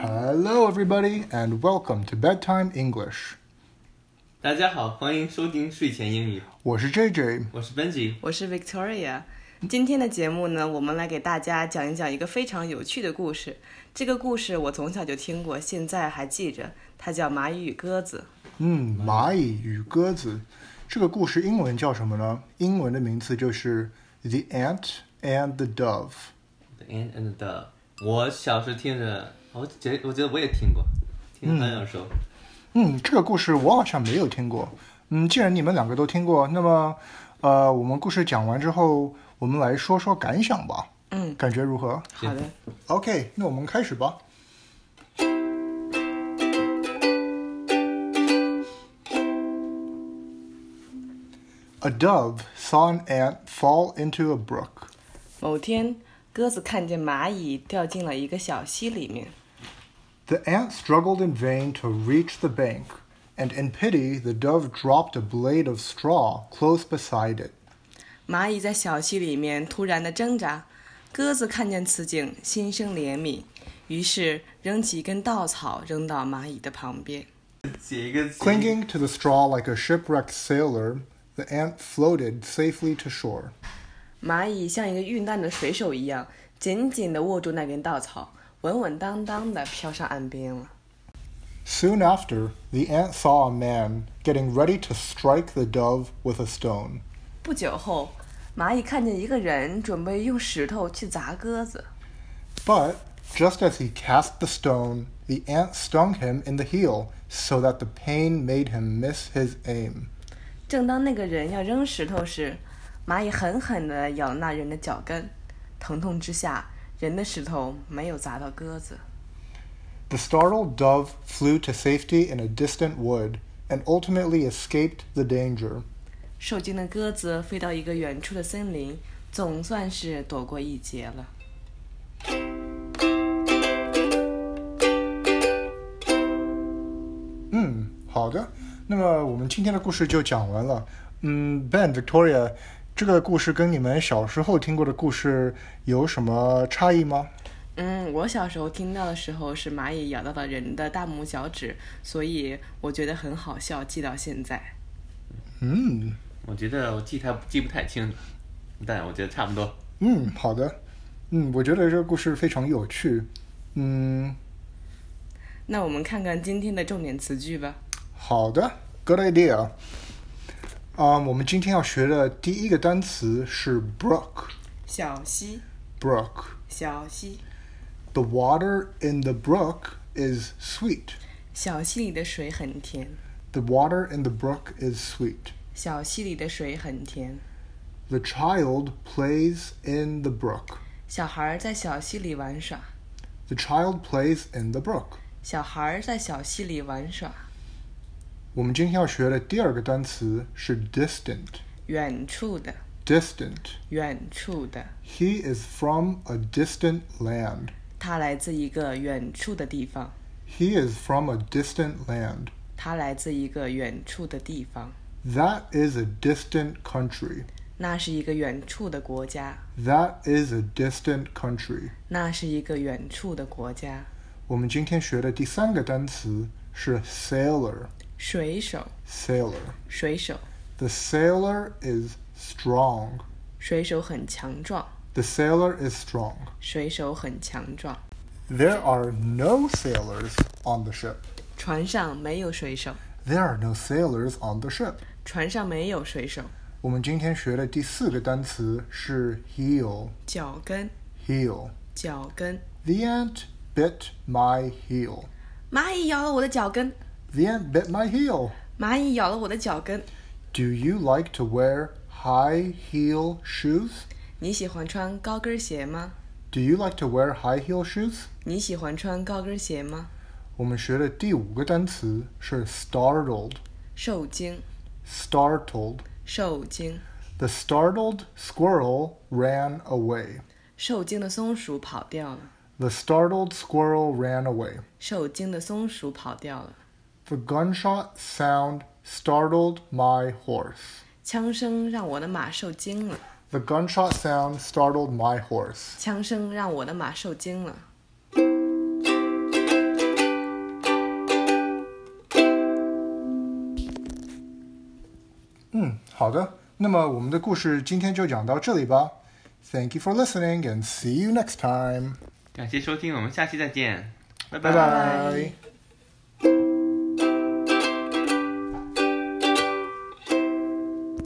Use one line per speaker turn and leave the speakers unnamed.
Hello, everybody, and welcome to Bedtime English.
大家好，欢迎收听睡前英语，
我是 JJ。
我是 Benji。
我是 Victoria。今天的节目呢，我们来给大家讲一讲一个非常有趣的故事。这个故事我从小就听过，现在还记着，它叫《蚂蚁与鸽子》。
嗯，蚂蚁与鸽子这个故事英文叫什么呢？英文的名字就是《The Ant and the Dove》。
The Ant and the Dove。我小时听着，我觉我觉得我也听过，听着很耳熟。
嗯，这个故事我好像没有听过。嗯，既然你们两个都听过，那么，呃，我们故事讲完之后，我们来说说感想吧。
嗯，
感觉如何
好的，
？OK，那我们开始吧。A dove saw an ant fall into a brook.
某天，鸽子看见蚂蚁掉进了一个小溪里面，
The ant struggled in vain to reach the bank, and in pity the dove dropped a blade of straw close beside it.
蚂蚁在小溪里面突然的挣扎。鸽子看见此景，心生怜悯，于是扔起一根稻草扔到蚂蚁的旁边。
解一个结
Clinging to the straw like a shipwrecked sailor, the ant floated safely to shore.
蚂蚁像一个遇难的水手一样，紧紧地握住那根稻草，稳稳当当地飘上岸边了。
Soon after, the ant saw a man getting ready to strike the dove with a stone.
不久后，蚂蚁看见一个人准备用石头去砸鸽子，
But just as he cast the stone, the ant stung him in the heel so that the pain made him miss his aim.
正当那个人要扔石头时，蚂蚁狠狠地咬那人的脚跟，疼痛之下，人的石头没有砸到鸽子。
The startled dove flew to safety in a distant wood and ultimately escaped the danger.
受惊的鸽子飞到一个远处的森林，总算是躲过一劫了。
嗯，好的。那么我们今天的故事就讲完了。嗯，Ben Hmm, Victoria，这个故事跟你们小时候听过的故事有什么差异吗？
嗯，我小时候听到的时候是蚂蚁咬到了人的大拇小指，所以我觉得很好笑，记到现在。
嗯
我觉得我记他记不太清了，但我觉得差不多。
嗯，好的。嗯，我觉得这个故事非常有趣。嗯，
那我们看看今天的重点词句吧。
好的，Good idea。啊、我们今天要学的第一个单词是 brook。
小溪，
Brook.
小溪，
The water in the brook is sweet.
小溪里的水很甜，
The water in the brook is sweet.
小溪里的水很甜。
The child plays in the brook.
小孩儿在小溪里玩耍，
The child plays in the brook.
小孩儿在小溪里玩耍。
我们今天要学的第二个单词是 distant.
远处的，
Distant.
远处的，
He is from a distant land.
他来自一个远处的地方，
He is from a distant land.
他来自一个远处的地方，
That is a distant country.
那是一个远处的国家，
That is a distant country.
那是一个远处的国家。
我们今天学的第三个单词是 sailor。
水手，
Sailor.
水手，
The sailor is strong.
水手很强壮，
The sailor is strong.
水手很强壮。
There are no sailors on the ship.
船上没有水手，
There are no sailors on the ship.
船上没有水手。
我们今天学的第四个单词是 heel.
脚跟，
Heel.
脚跟，
The ant bit my heel.
蚂蚁咬了我的脚跟，
The ant bit my heel.
蚂蚁咬了我的脚跟。
Do you like to wear high heel shoes?
你喜欢穿高跟鞋吗？
Do you like to wear high heel shoes?
你喜欢穿高跟鞋吗？
我们学的第五个单词是 startled.
受惊，
Startled.
受惊，
The startled squirrel ran away.
受惊的松鼠跑掉了，
The startled squirrel ran away.
受惊的松鼠跑掉了。
The gunshot sound startled my horse.
枪声让我的马受惊了，
The gunshot sound startled my horse.
枪声让我的马受惊了。
好的，那么我们的故事今天就讲到这里吧。Thank you for listening and see you next time.
感谢收听，我们下期再见，拜
拜
拜
拜。